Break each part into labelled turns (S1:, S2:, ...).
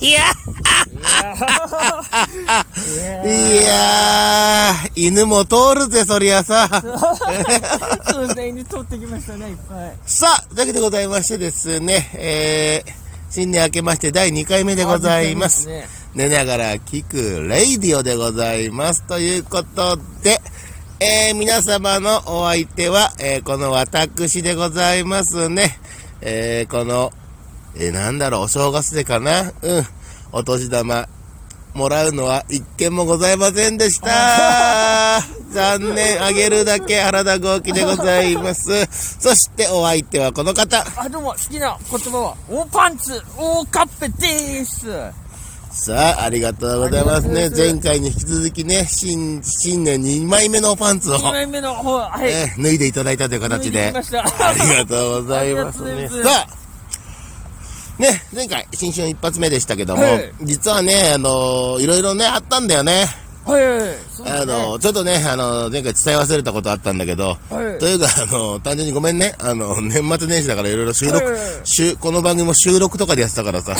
S1: いやいやー、犬も通るぜ、そりゃさ。
S2: そうですね、犬取ってきましたね、いっぱい。
S1: さあ、というわけでございましてですね、えー、新年明けまして第2回目でございます。
S2: あ。見てね
S1: 寝ながら聞くレイディオでございます。ということで、えー皆様のお相手は、えーこの私でございますね。えーこの、えーなんだろう、お正月でかなうん。お年玉、もらうのは一件もございませんで した。残念、あげるだけ原田豪輝でございます。そしてお相手はこの方。
S2: あ、どうも、好きな言葉は、大パンツ、大カッペでーす。
S1: さあ、ありがとうございます
S2: あ
S1: ね。
S2: りがとうございます
S1: 前回に引き続きね、新、新年2枚目のパンツを、
S2: 2枚目の方、はい。
S1: えー脱いでいただいたという形
S2: 脱い
S1: で
S2: きま。した。
S1: ありがとうございます
S2: あり
S1: ね。
S2: がと
S1: さ
S2: うござい
S1: あ、ね、前回、新春一発目でしたけども
S2: はい、
S1: 実はね、あのーいろいろね、あったんだよね。
S2: はいはいはい。そうで
S1: あ
S2: すね
S1: のーちょっとね、あのー前回伝え忘れたことあったんだけど、
S2: はい
S1: というか、あのー単純にごめんね、あのー年末年始だからいろいろ収録
S2: はいはいはい、
S1: 収この番組も収録とかでやってたから さ。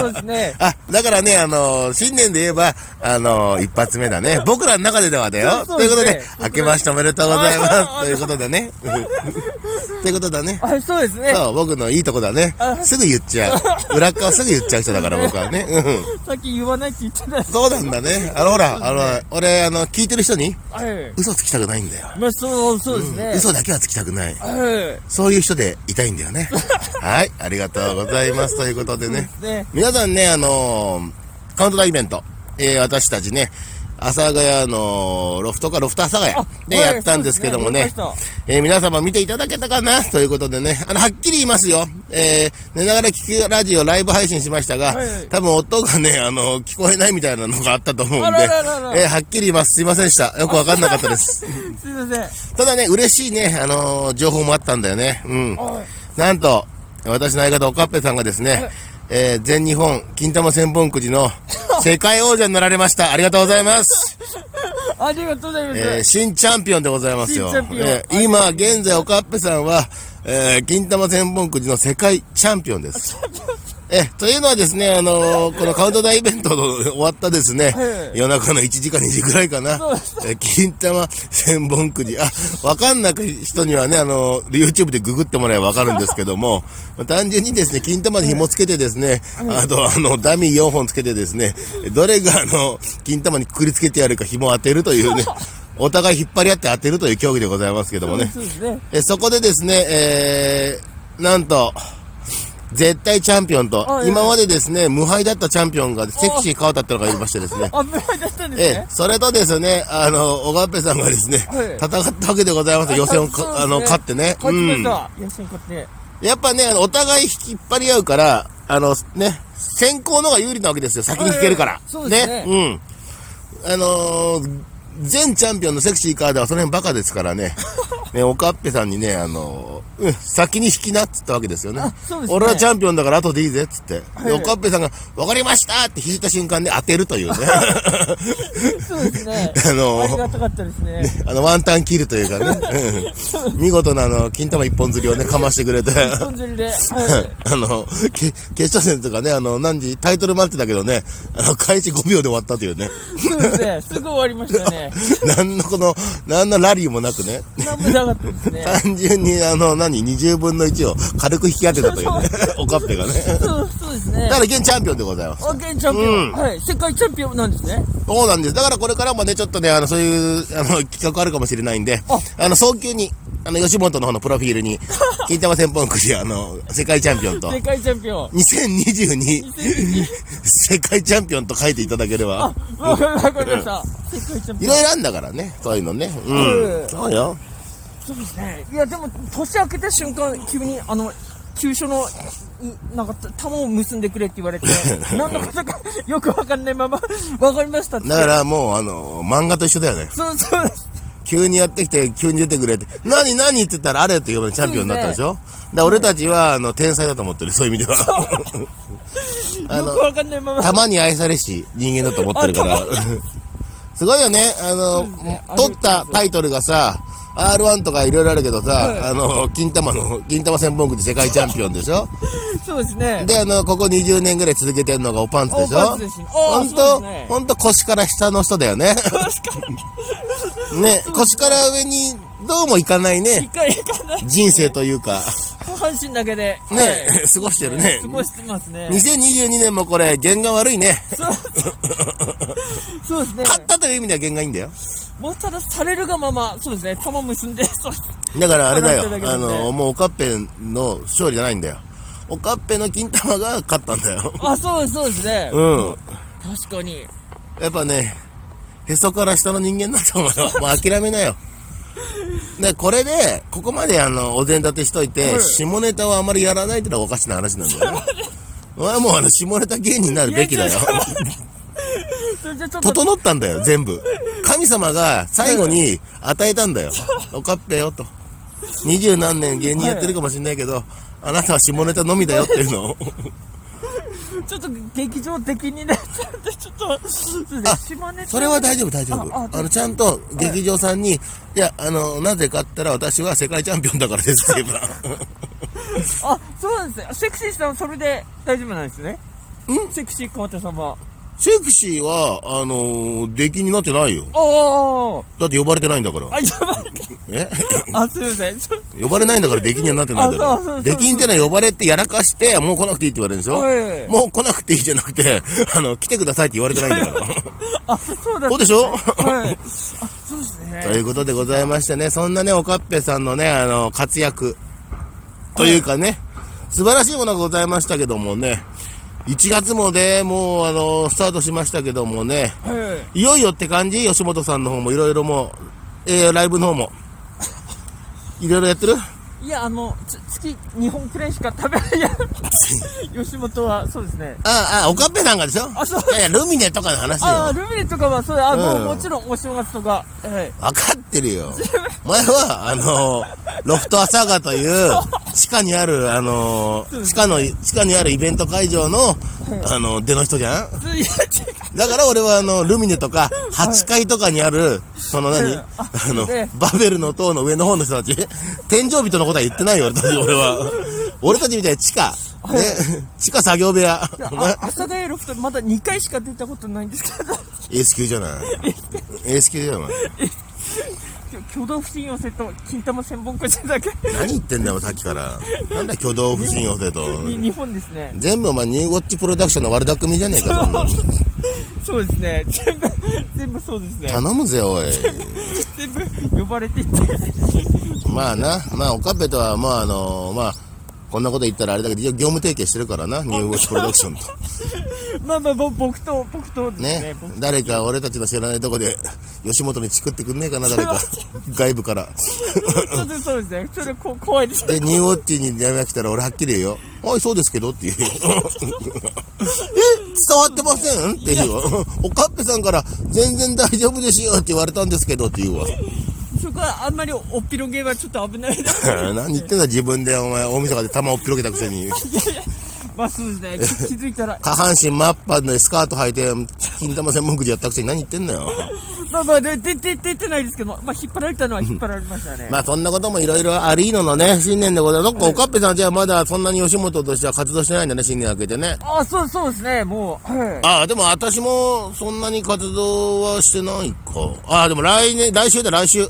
S2: そうですね。
S1: あ、だからね、あのー新年で言えば、あのー一発目だ ね。僕らの中でではだよ。
S2: そう
S1: ということ
S2: そう
S1: で
S2: ですね、
S1: 明けましておめでとうございま
S2: あ
S1: す。ということだね。ということだね。
S2: あ、そうですね。
S1: そう、僕のいいとこだね。
S2: あ
S1: すぐ言っちゃう。裏っ側すぐ言っちゃう人だから僕はね。うん。
S2: さっき言わないって言ってた。
S1: そうなんだね。あの、ほら、あの、俺、あの、聞いてる人に、
S2: はい。
S1: 嘘つきたくないんだよ。
S2: まあ、そう、そうですね。
S1: 嘘だけはつきたくない。
S2: はい。
S1: そういう人でいたいんだよ ね。はい、ありがとうございます。ということでね。
S2: ね。
S1: 皆さんね、あのーカウントダウンイベント、えー私たちね、阿佐ヶ谷のロフトかロフト阿佐ヶ
S2: あ
S1: 谷で
S2: はい
S1: やったんですけども
S2: そうで
S1: ね
S2: すねやりまし、
S1: えー皆様見ていただけたかなということでね、あの、はっきり言いますよ、えー寝ながら聞くラジオライブ配信しましたが
S2: はいはい、
S1: 多分音がね、あの、聞こえないみたいなのがあったと思うんで
S2: あらららら、
S1: えーはっきり言います。すいませんでした。よくわかんなかったです。
S2: すいません。
S1: ただね、嬉しいね、あのー情報もあったんだよね。うん。
S2: はい。
S1: なんと、私の相方、おかっぺさんがですね、えー全日本、金玉千本くじ の世界王者になられました。ありがとうございます。
S2: ありがとうございます。
S1: えー新チャンピオンでございますよ。
S2: 新チャンピオン
S1: えー今、現在、おかっぺさんは、えー金玉千本くじの世界チャンピオンです。えーというのはですね、あのーこのカウントダウンイベントの終わったですね、
S2: はい
S1: 夜中の1時か2時くらいかな、
S2: そう
S1: えー金玉千本くじ、あ、わかんなく人にはね、あのー YouTube でググってもらえばわかるんですけども、 単純にですね、金玉に紐つけてですね、あと、あの、ダミー4本つけてですね、どれがあの、金玉にくくりつけてやるか紐を当てるというね、お互い引っ張り合って当てるという競技でございますけどもね。
S2: そうですね。
S1: えそこでですね、えー、なんと、絶対チャンピオンと
S2: あ、いや
S1: 今までですね、無敗だったチャンピオンがセクシー川田ってのがいましてですね、
S2: あ、ぶらいだったんです
S1: ええ
S2: ね。
S1: それとですね、あの、小川ぺさんがですね、
S2: はい
S1: 戦ったわけでございます。予選をか、あの、勝ってね。
S2: 勝ちまし
S1: うん
S2: た。予選勝って。
S1: やっぱね、あのお互い引っ張り合うから、あの、ね、先行の方が有利なわけですよ。先に引けるから。
S2: ええそうですね
S1: うん。あのー全チャンピオンのセクシーカードはその辺バカですから ね。ね、おかっぺさんにね、あのーうん、先に引きなっつったわけですよね。
S2: あそうですね
S1: 俺はチャンピオンだから後でいいぜっつって。で、
S2: い
S1: おかっぺさんが、わかりましたって引いた瞬間で当てるという ね。
S2: そうですね。
S1: あのー
S2: ありがたかったですね。
S1: あの、ワンタン切るというかね。うん見事なあの、金玉一本釣りをね、かましてくれて。
S2: 豚汁で。はい。
S1: あの、け決勝戦とかね、あの、何時、タイトルマッチだけどね、あの、開始5秒で終わったと いうね。
S2: そうですね。すぐ終わりましたね。
S1: 何のこの、何のラリーもなくね。
S2: なんもなかったですね。
S1: 単純に、あの、何、20分の1を軽く引き当てたというね。おかっぺがね。
S2: そう、そうですね
S1: だか。ら現チャンピオンでございます。
S2: オーケーチャンピオン。はい。世界チャンピオンなんですね。
S1: そうなんです。だからこれからもね、ちょっとね、あの、そういう、あの、企画あるかもしれないんで、あの、早急に、あの、吉本の方のプロフィール に、金玉千本くじ、あの、世界チャンピオンと、
S2: 世界チャンピオン。
S1: 2022、世界チャンピオンと書いていただければ。
S2: わかりました。わかりました。世界チャン
S1: い
S2: ピオン。
S1: ろいろあんだからね、そういうのね。う。
S2: うんん
S1: そうよ。
S2: そうですね。いや、でも、年明けた瞬間、急に、あの、急所の、うなんか、玉を結んでくれって言わ れて、何のことか、よくわかんないまま、わかりましたって。
S1: だからもう、あの、漫画と一緒だよね。
S2: そう、そうです。
S1: 急にやってきて、急に出てくれって、何何って言ったらあれって言うのチャンピオンになったでしょだから俺たちは、あの、天才だと思ってる、そういう意味では。あ
S2: よ
S1: の
S2: くわかんないまま。
S1: たまに愛されし人間だと思ってるから
S2: あた。
S1: すごいよね。あの、取ったタイトルがさ、 R1 とかいろいろあるけどさ、
S2: はい
S1: あの、金玉の、金玉千本区で世界チャンピオンでしょ
S2: そうですね。
S1: で、あの、ここ20年ぐらい続けてんのがおパンツでしょ
S2: おパンツですねあー
S1: ほん
S2: そう
S1: と、
S2: ですね
S1: ほんと腰から下の人だよね。
S2: 確か に、
S1: ね、腰から上にどうもいかない
S2: 一
S1: ね、
S2: 回行かない。
S1: 人生というか、
S2: 下半身だけで。
S1: ね、過ごしてる
S2: はい
S1: ね
S2: 過。ごしてますね。
S1: 2022年もこれ、弦が悪いね。
S2: そう そうですね。
S1: 勝ったという意味では弦がいいんだよ。
S2: もうただされるがまま、そうですね。玉結んで、そうです
S1: だからあれだよ
S2: 勝っただけ、な
S1: あ
S2: んで
S1: の、もうオカッペの勝利じゃないんだよ。オカッペの金玉が勝ったんだよ。
S2: あ、そうです、そうですね。
S1: うん。
S2: 確かに。
S1: やっぱね、へそから下の人間なんだと思 うよ。もう諦めなよ。ね、これで、ここまであの、お膳立てしといて、
S2: はい
S1: 下ネタはあまりやらないってのはおかしな話なんだよね。俺はもうあの、下ネタ芸人になるべきだよ
S2: いや。ちょっそれじゃちょっと、
S1: 整ったんだよ、全部。神様が最後に与えたんだよ。おかっぺよ、と。二十何年芸人やってるかもしんないけど、あなたは下ネタのみだよっていうのを。
S2: ちょっと劇場的になっちゃって、ちょっと、そうですね
S1: あ
S2: 島根
S1: それは大丈夫、大丈夫。
S2: あ
S1: あ
S2: あ大丈夫
S1: の、ちゃんと劇場さんに、い、や、あの、なぜかって言ったら私は世界チャンピオンだから ですって言えば。
S2: あ、そうなんですね。セクシーさんはそれで大丈夫なんですね。んセクシー川田さんは。
S1: セクシーは、あの、出禁になってないよ。
S2: あ
S1: だって呼ばれてないんだから。
S2: あ、やばい。
S1: え
S2: あ、すいません。ちょっ
S1: 呼ばれないんだから出禁にはなってないんだ
S2: あそうそうそ
S1: か
S2: う
S1: ら。出禁ってのは呼ばれてやらかして、もう来なくていいって言われるんでしょ
S2: はい
S1: もう来なくていいじゃなくて、あの、来てくださいって言われてないんだ から。
S2: とあ、そうだ。
S1: そうでしょ
S2: はい。あ、そうです
S1: と
S2: ね。
S1: いうことでございましてね、そんなね、おかっぺさんのね、あの、活躍、というかね、素晴らしいものがございましたけどもね、1月もね、もう、あの、スタートしましたけどもね、
S2: はい。
S1: いよいよって感じ吉本さんの方もいろいろもう、えー、ライブの方も、いろいろやってる
S2: いや、あの、つ月2本くらいしか食べない。いや、 吉本は、そうですね。
S1: ああ、おかっぺさんがでしょ
S2: あそう
S1: いやいや、ルミネとかの話
S2: あ
S1: よ
S2: ー。ルミネとかは、そうだ、あ、もう
S1: うん
S2: もちろんお正月とか。はい。
S1: わかってるよ。お前は、あの、ロフトアサガという、地下にある、あの、地下の、地下にあるイベント会場の、あの、出の人じゃん
S2: ついや、違う
S1: だから俺は、あの、ルミネとか、8階とかにある、その何
S2: うん
S1: あ
S2: あ
S1: の
S2: ね、
S1: バベルの塔の上の方の人たち、天井人のことは言ってないよ、俺たち、俺は。俺たちみたいに地下、ね、地下作業部屋。
S2: ああ、阿佐ヶ谷ロフト、まだ2回しか出たことないんですけど、
S1: エース級じゃない。エース級じゃない。
S2: 挙動不審要請と金玉千本個じゃだけ、
S1: 何言ってんだよ、さっきから。なんだ、挙動不審要請と。
S2: に日本ですね。
S1: 全部お前ニューゴッチプロダクションの悪巧みじゃねえかそんなの
S2: そうですね。全部、全部そうですね。
S1: 頼むぜおい
S2: 全部呼ばれていって。
S1: まあなまあ岡部とはまああのまあこんなこと言ったらあれだけど一応業務提携してるからなニューゴッチプロダクションと
S2: まあまあ、ぼ僕と、僕とですね。
S1: ね
S2: 僕
S1: 誰か俺たちの知らないとこで吉本にチクってくんねえかな誰か外部から
S2: ちょっとそうですね。ちょっとこ怖いです。
S1: でニューゴッチに電話来たら俺はっきり言うよ「はいそうですけど」って言うよ え伝わってませんって言うよ岡部さんから「全然大丈夫ですよ」って言われたんですけどって言うわ
S2: そこはあんまりおっぴろげはちょっと危ないな。
S1: 何言ってんだ自分でお前大晦日で玉を広げたくせに
S2: まあそうですね。 気気づいたら。
S1: 下半身マッパでスカート履いて金玉専門くじやったくせに何言ってんだよ
S2: まあまあ、で、で、で、出てないですけど、まあ引っ張られたのは引っ張られましたね。
S1: まあそんなこともいろいろありののね新年でございますどっかおかっぺさんじゃあまだそんなに吉本としては活動してないんだね新年明けてね
S2: ああ、そう、そうですね。もう、はい。
S1: ああでも私もそんなに活動はしてないかああでも来年来週だ来週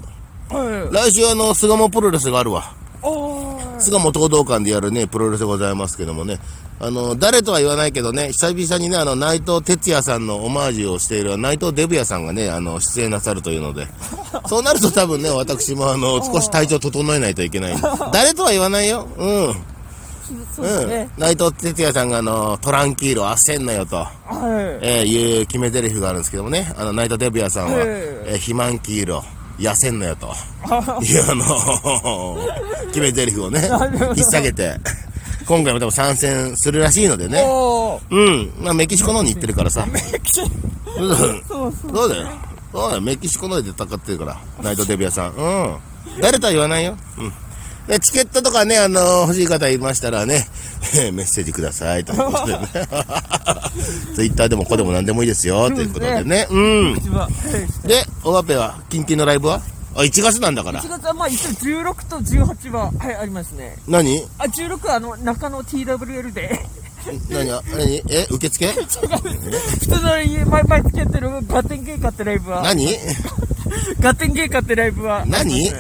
S2: はい。
S1: 来週あの巣鴨プロレスがあるわ
S2: おー。
S1: 巣鴨東道館でやるね、プロレスでございますけどもね、あの、誰とは言わないけどね、久々にね、あの、内藤哲也さんのオマージュをしている内藤デブ也さんがね、あの、出演なさるというので、そうなると多分ね、私もあの、少し体調整えないといけない。誰とは言わないよ。うん。うん。
S2: そうですね。
S1: 内藤哲也さんがあの、トランキーロ、焦んなよと。
S2: はい。
S1: えーいう決め台詞があるんですけどもね、あの、ナイトデビアさんは、
S2: え
S1: えー肥満黄色、痩せんなよと、
S2: あ
S1: いうあの、 決め台詞をね、引っ提げて、今回も多分参戦するらしいのでね、
S2: おー。
S1: うん、まあメキシコの方に行ってるからさ、うん
S2: そうそう。
S1: そうだよ、そうだよ、メキシコの方で戦ってるから、ナイトデビアさん、うん、誰とは言わないよ、うん。でチケットとかね、あの欲しい方いましたらね、 えーメッセージくださいということでね。ツイッターでもここでも何でもいいですよ、ということでね。うん。
S2: 一番。はい。
S1: で、オワペは、キンキンのライブはあ、1月なんだから
S2: 1。月はまあ一応16と18は、はい、ありますね。
S1: 何
S2: あ、16はあの、中野 TWL で、
S1: 何あ何え受付
S2: 普通の家毎毎月やってるガテンゲイカってライブは、
S1: 何
S2: ガテンゲイカってライブは、
S1: 何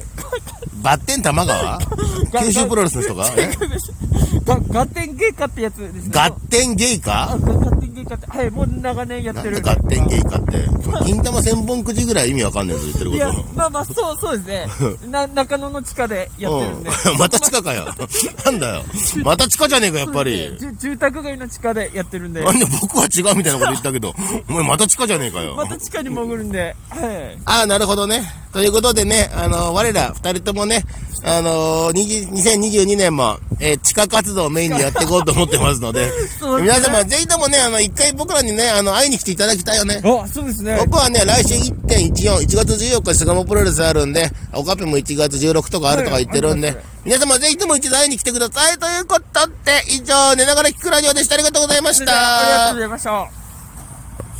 S1: バッテン玉川九州プロレスの人かえ
S2: ガガテンゲイカってやつですね。
S1: ガッテンゲイ
S2: あ
S1: か
S2: ガガテンゲイカって、はい、もう長年やっ
S1: な
S2: て
S1: ん
S2: る。
S1: でガッテンゲイかって。金玉千本くじぐらい意味わかんないぞ言ってる
S2: い
S1: こ
S2: や
S1: と。、
S2: まあまあ、そう、そうで すね。な、中野の地下でやってるんで。
S1: うん、 また地下かよ。なんだよ。また地下じゃねえか、やっぱり。
S2: じゅ住宅街の地下でやってるんで
S1: な。んで僕は違うみたいなこと言ったけど、お前また地下じゃねえかよ。
S2: また地下に潜るんで。はい。
S1: ああ、なるほどね。ということでね、あの、我ら二人ともね、あのー、20 2022年も、えー地下活動をメインにやっていこうと思ってますの で、
S2: そうね
S1: 皆様、ぜひともね、あの、一回僕らにね、あの、会いに来ていただきたいよね。
S2: あ、そうですね。
S1: 僕はね、来週1.14、1月14日、巣鴨プロレスあるんで、オカペも1月16とかあるとか言ってるん
S2: は
S1: で
S2: い、
S1: 皆様ぜひとも一度会いに来てください。ということで、以上、寝ながら聞くラジオでした。ありがとうございまし
S2: ありがと
S1: た
S2: うご。ざいました。